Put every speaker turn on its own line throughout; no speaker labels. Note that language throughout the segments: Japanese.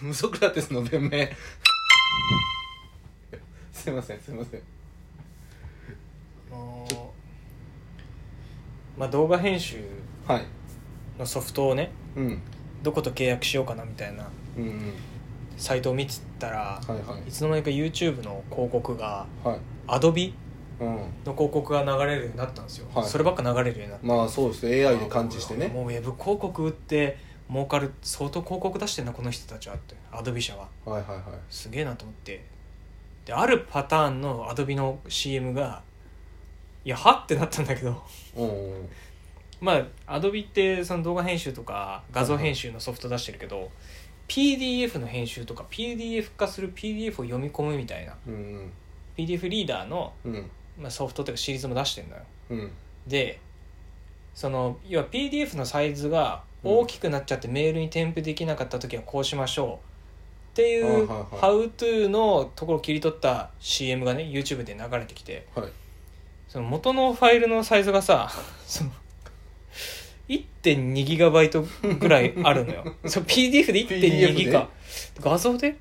ムソクラテスの弁明 すいませんすいません
あのーまあ、動画編集
はい
のソフトをね
うん
どこと契約しようかなみたいな
うんうん
サイトを見てたら、
はいはい
い、つの間にか YouTube の広告が
はい
Adobe
うん
の広告が流れるようになったんですよ、
はい
そればっか流れるようになって、
まあそうですね AI で感知してね
もうウェブ広告売って儲かる相当広告出してんなこの人たちはって Adobe 社は
はいはいはい
すげえなと思ってであるパターンの Adobe の CM がいやはってなったんだけど
うんうん
まあ Adobe ってその動画編集とか画像編集のソフト出してるけど PDF の編集とか PDF 化する PDF を読み込むみたいな
うん
PDF リーダーの、
うんうん
まあ、ソフトというかシリーズも出してるのよ
うん
でその要は PDF のサイズが大きくなっちゃってメールに添付できなかった時はこうしましょうっていう
はいはいはい
HowTo のところを切り取った CM がね YouTube で流れてきて
はい
その元のファイルのサイズがさその1.2ギガバイトぐらいあるのよ そう PDF で1.2ギガ画像で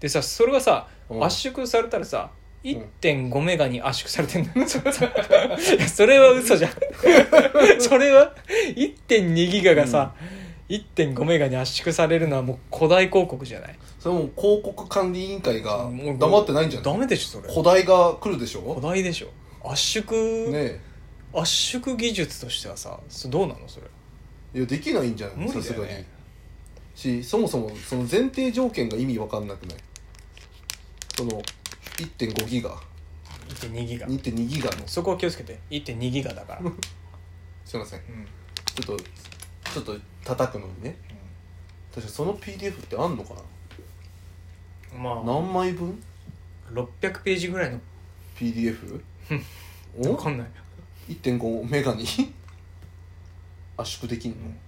でさそれがさ
うん
圧縮されたらさ
ん
1.5メガに圧縮されてんだよ いやそれは 嘘じゃんそれは1.2ギガがさ、1.5メガに圧縮されるのはもう古代広告じゃない
それはもう広告管理委員会が
もう
黙ってないんじゃない
ダメでしょそれ
古代が来るでし
古
ょ
代でしょ圧縮、
ね
圧縮技術としてはさそどうなのそれ
えいやできないんじゃない
無理だ
さ
よ
すがに
ね
しそもそもその前提条件が意味わかんなくないその1.5ギガ
1.2ギガ
2.2ギガの
そこは気をつけて1.2ギガだから、うん
すいませんちょっとちょっと叩くのにね確かにその PDF ってあんのか
うんま
な
あ
何枚分
600ページぐらいの
PDF?
わ
お
かんない
1.5メガに圧縮できんの、
うん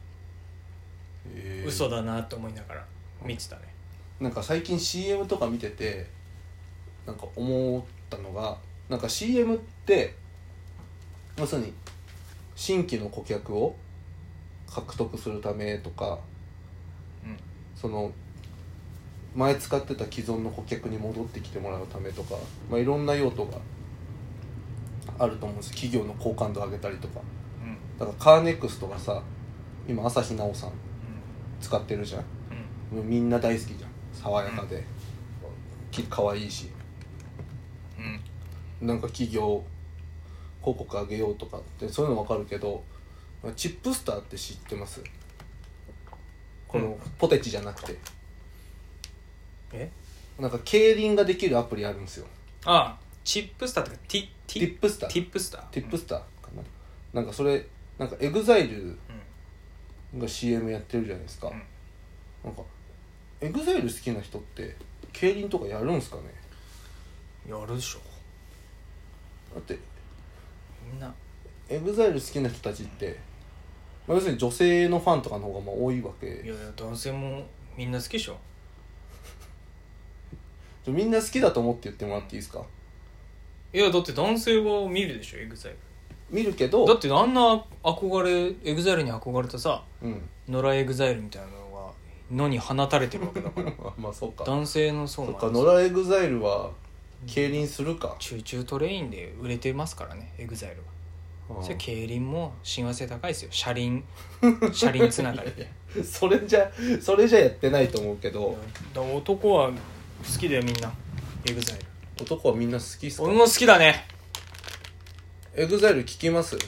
えー
嘘だなと思いながら見てたね
なんか最近 CM とか見ててなんか思ったのがなんか CM って要するに新規の顧客を獲得するためとか
うん
その前使ってた既存の顧客に戻ってきてもらうためとか、まあ、いろんな用途があると思うんです企業の好感度上げたりとか
うん
だからカーネクストがさ今朝日奈央さん使ってるじゃん
うんうん
もうみんな大好きじゃん爽やかで、き可愛いし
うん
なんか企業広告あげようとかってそういうの分かるけどチップスターって知ってますこ
うん
のポテチじゃなくて
え
なんか競輪ができるアプリあるんですよ
ああチップスターとかティテ
テ
ィ
ィップスター
テ
テ
ィップスター
ィップスターかな、なんかそれなんかエグザイル
うん
が CM やってるじゃないですか、
うん
なんかエグザイル好きな人って競輪とかやるんすかね
うんやるでしょ
だって
みんな
エグザイル好きな人たちって、まあ、要するに女性のファンとかの方がまあ多いわ
い
け
やいや男性もみんな好きでしょ
みんな好きだと思って言ってもらっていいですか
いやだって男性は見るでしょエグザイル
見るけど
だってあんな憧れエグザイルに憧れたさ
うん、
野良エグザイルみたいなのが野に放たれてるわけだから
まあそうか
男性の層
そ
も
っ
あ
か
り
野
ます
良エグザイルは競輪するか、
チューチュートレインで売れてますからねエグザイルは
うん
それ競輪も親和性高いですよ車 輪車輪つながり
それじゃそれじゃやってないと思うけど
だ男は好きだよみんなエグザイル
男はみんな好きっすか
俺も好きだね
エグザイル聞きます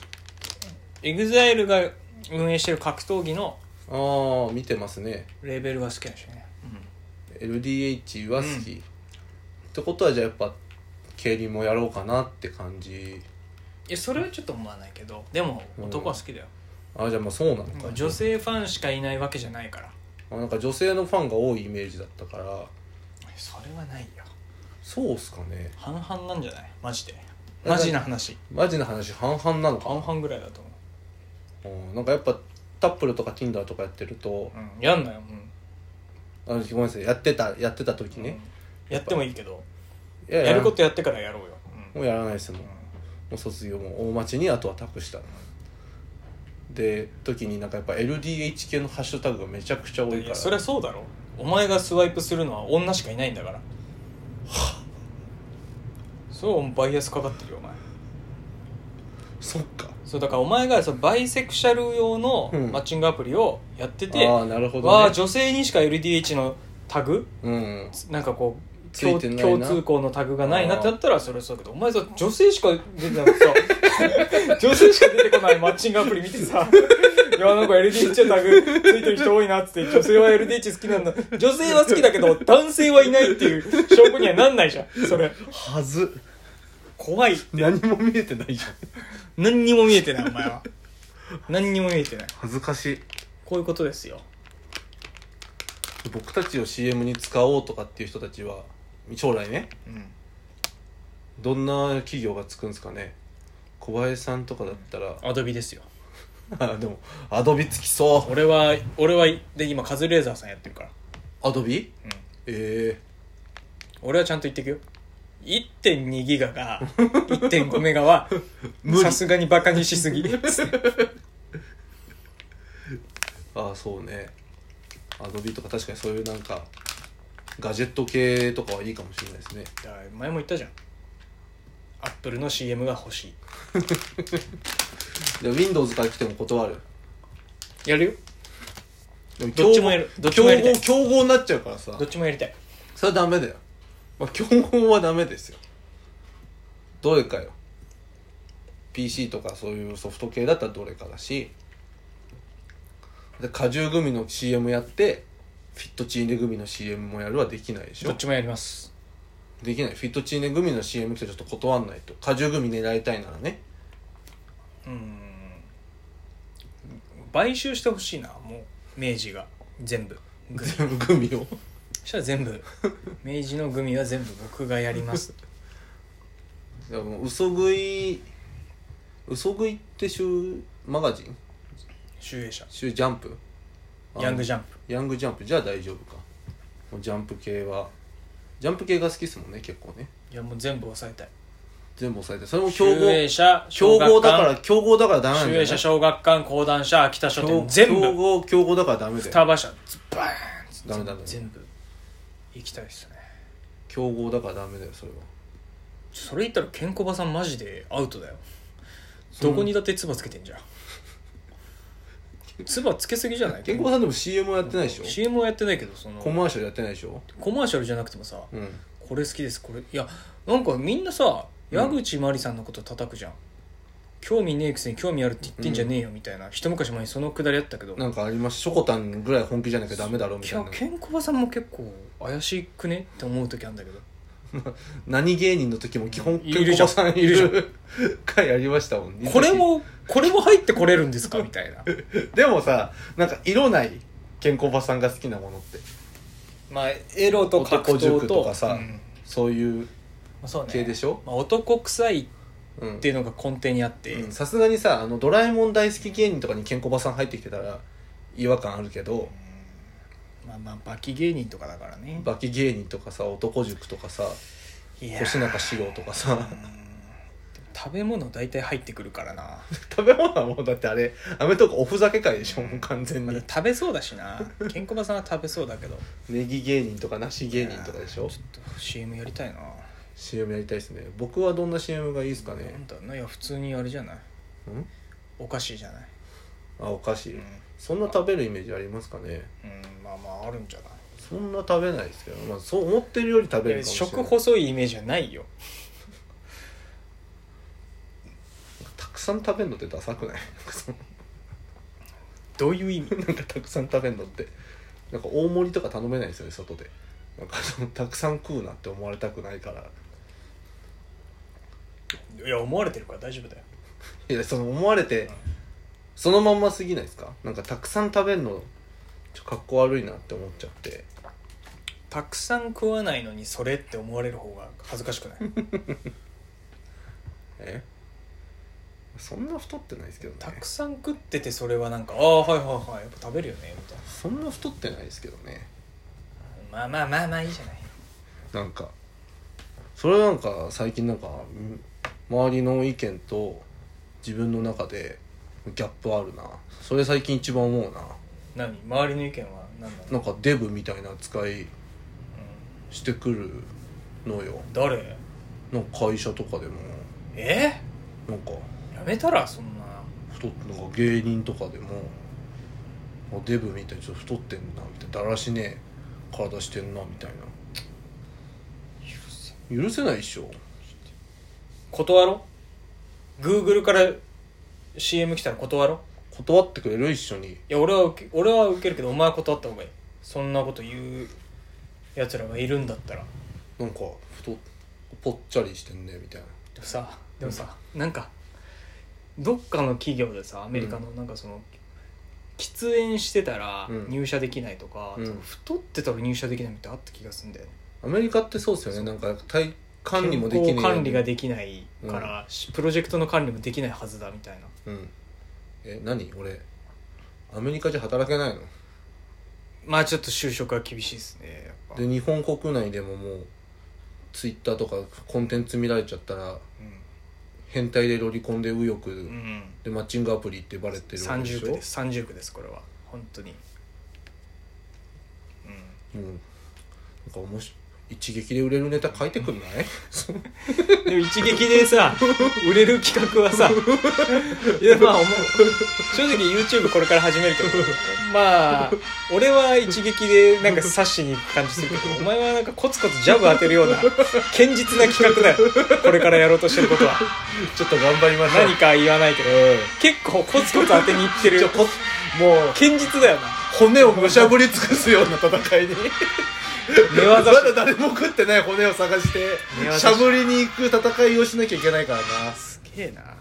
エグザイルが運営してる格闘技の
ああ見てますね
レーベルが好きなんでしょうね、
LDH は好き、ってことはじゃあやっぱ競輪もやろうかなって感じ
いやそれはちょっと思わないけどでも
うん
男は好きだよ、
ああじゃあまあそうなのか、
女性ファンしかいないわけじゃないから
あなんか女性のファンが多いイメージだったから
それはないよ
そうっすかね
半々なんじゃないマジでマジな話
マジな話半々なのか
半々ぐらいだと思
うんなんかやっぱタップルとか Tinder とかやってると
う、うん、やんなよ、うん
あごめんなさいやってたやってた時ね、
うんやってもいいけど
いや
やることやってからやろうよ、うん
もうやらないですもんもう卒業も大町にあとは託したで時になんかやっぱ LDH 系のハッシュタグがめちゃくちゃ多い
うん
か
い
ら
やそりゃそうだろお前がスワイプするのは女しかいないんだからそうバイアスかかってるよお前
そっか
そうだからお前がそのバイセクシャル用の
うん
マッチングアプリをやってて、
ああなるほど、ね、
わあ女性にしか LDH のタグ
うん
なんかこう
ついてないな
共通項のタグがないなってなったらそれはそうだけどお前さ女性しか出てなく てさ女性しか出てこないマッチングアプリ見てさ「いやなんか LDH のタグついてる人多いな」っつって女性は LDH 好きなんだ女性は好きだけど男性はいないっていう証拠にはなんないじゃんそれ
はず
怖い
何も見えてないじゃん
何にも見えてないお前は何にも見えてない
恥ずかしい
こういうことですよ
僕たちを CM に使おうとかっていう人たちは将来ね
うん
どんな企業がつくんですかね小林さんとかだったら
アドビですよ
あでもアドビつきそ
俺は俺はで今カズレーザーさんやってるから
うアドビ
うん
え
俺はちゃんと言ってくよ1.2ギガが1.5メガは
無理
さすがにバカにしす ぎ
えああそうねアドビとか確かにそういうなんかガジェット系とかはいいかもしれないですね
前も言ったじゃんアップルの CM が欲し
で Windows から来ても断る
いやるよ
でも
どっちもやるどっち
競
もやりたい
合競合になっちゃうからさ
どっちもやりたい
それはダメだよ、まあ、競合はダメですよどれかよ PC とかそういうソフト系だったらどれかだしで果汁グミの CM やってフィットチーネグミの CM もやるはできないでし
ど
ょ
っちもやります
できないフィットチーネグミの CM 来てちょっと断んないと果汁グミ狙いたいならね
うーん買収してほしいなもう明治が全部グミ
全部グミを
そしたら 全部明治のグミは全部僕がやります
でも嘘食い嘘食いって週マガジン
集英社
週ジャンプ
ヤング
ジャンプ
ジャンプ
ヤングジャンプじゃあ大丈夫かもうジャンプ系はジャンプ系が好きですもんね結構ね
いやもう全部抑えたい
全部抑えてそれも
集
競合
英社
競合だか
小学
ら競合だからダメなん
集
だ
英
よ、
社
ね、
小学館講談社秋田書
競
店全
競
部
合競合だからダメだよ
双葉社ズバーン
ダメダメ
全部行きたいっすね
競合だからダメだよそれは
それ言ったらケンコバさんマジでアウトだよ
そう
どこにだって唾つけてんじゃん唾つけすぎじゃない
健康さんでも CM やってないでしょ
CM はやってないけどその
コマーシャルやってないでしょ
コマーシャルじゃなくてもさ
うん
これ好きですこれいやなんかみんなさ
うん
矢口真理さんのこと叩くじゃん、興味ねえくせに興味あるって言ってんじゃねえよみたいな、一昔前にそのくだりあったけど
なんかありますしょこたんぐらい本気じゃなきゃダメだろみ
い
たい
や
な
ケンコバさんも結構怪しくねって思う時あるんだけど
何芸人の時も基本
い
健
るじゃ
康さ
ん
んい
いる
る回ありましたも んね
これもこれも入ってこれるん ですかみたいな
でもさなんか色ない健康ばさんが好きなものって
まあエロと格
男
闘と
塾とかさ
うんま
そういう
あそうね
系でしょ
まあ、男臭いっ
うん
ていうのが根底にあって、
うんさすがにさあのドラえもん大好き芸人とかにケンコバさん入ってきてたら違和感あるけど
まあまあバキ芸人とかだからね
バキ芸人とかさ男塾とかさ
いやー
腰中四郎とかさ
うん食べ物大体入ってくるからな
食べ物はもうだってあれアメトークおふざけ会でしょもう完全
まあ
に
食べそうだ しなケンコバさんは食べそうだけど
ネギ芸人とかなし芸人とかでし
い
ょ
やーちょっと CM やりたいな
CM やりたいですね僕はどんな CM がいいですか
な
ね
んだろうないや普通にあれじゃない
うん
お菓子じゃない
あお菓子
うん、
そんな食べるイメージありますかね
うん、まあまああるんじゃない
そんな食べないですけど、まあ、そう思ってるより食べるかもしれない
食細いイメージはないよ
たくさん食べるのってダサくない その
どういう意味
なんかたくさん食べるのってなんか大盛りとか頼めないんですよね外でなんかそのたくさん食うなって思われたくないから
いや思われてるから大丈夫だよ
いやその思われてそのまんますぎないですかなんかたくさん食べるのちょっとかっこ悪いなって思っちゃって
たくさん食わないのにそれって思われる方が恥ずかしくない
えそんな太ってないですけど
た
ね
くさん食っててそれはなんかああはいはいはいやっぱ食べるよねみたいな
そんな太ってないですけどね
まあまあまあまあいいじゃない
なんかそれなんか最近なんかうん周りの意見と自分の中でギャップあるなそれ最近一番思うな
何周りの意見はなんだろう
なんかデブみたいな扱いしてくるのよ
うん誰
なんか会社とかでも
え
なんか
やめたらそんな
太っなんか芸人とかでもあデブみたいにちょっと太ってんなみたいなだらしねえ体してんなみたい
許せ
な許せないっしょ
断ろ Google から CM 来たら断ろ
断ってくれる一緒に
いや俺は受け俺は受けるけどお前は断った方がいいそんなこと言うやつらがいるんだったら
なんか太っぽっちゃりしてんねみたいな
でもさでもさ、なんかどっかの企業でさアメリカのなんかその、喫煙してたら
うん
入社できないとか、
うん
その太ってたら入社できないみたいなのあった気がするんだよね
アメリカってそうですよねなんか体管理もで
健
きねえ
康管理ができないから、プロジェクトの管理もできないはずだみたいな
うんえ何俺アメリカじゃ働けないの
まあちょっと就職は厳しいですねやっぱ、う
で日本国内でももうツイッターとかコンテンツ見られちゃったら
ん
変態でロリコンで右翼、
うん、
でマッチングアプリってバレてるわけ
30区です30区ですこれは本当にうん
うんなんか面白い一撃で売れるネタ書いてくんない
でも一撃でさ売れる企画はさいやまあ思う正直 YouTube これから始めるけどまあ俺は一撃でなんか刺しに行く感じするけどお前はなんかコツコツジャブ当てるような堅実な企画だよこれからやろうとしてることは
ちょっと頑張りましょう
何か言わないけど結構コツコツ当てにいってる
ちょこもう
堅実だよな
骨をむしゃぶり尽くすような戦いに
寝
ま
技
だ誰も食ってない骨を探して
寝技
しゃぶりに行く戦いをしなきゃいけないからな
すげえな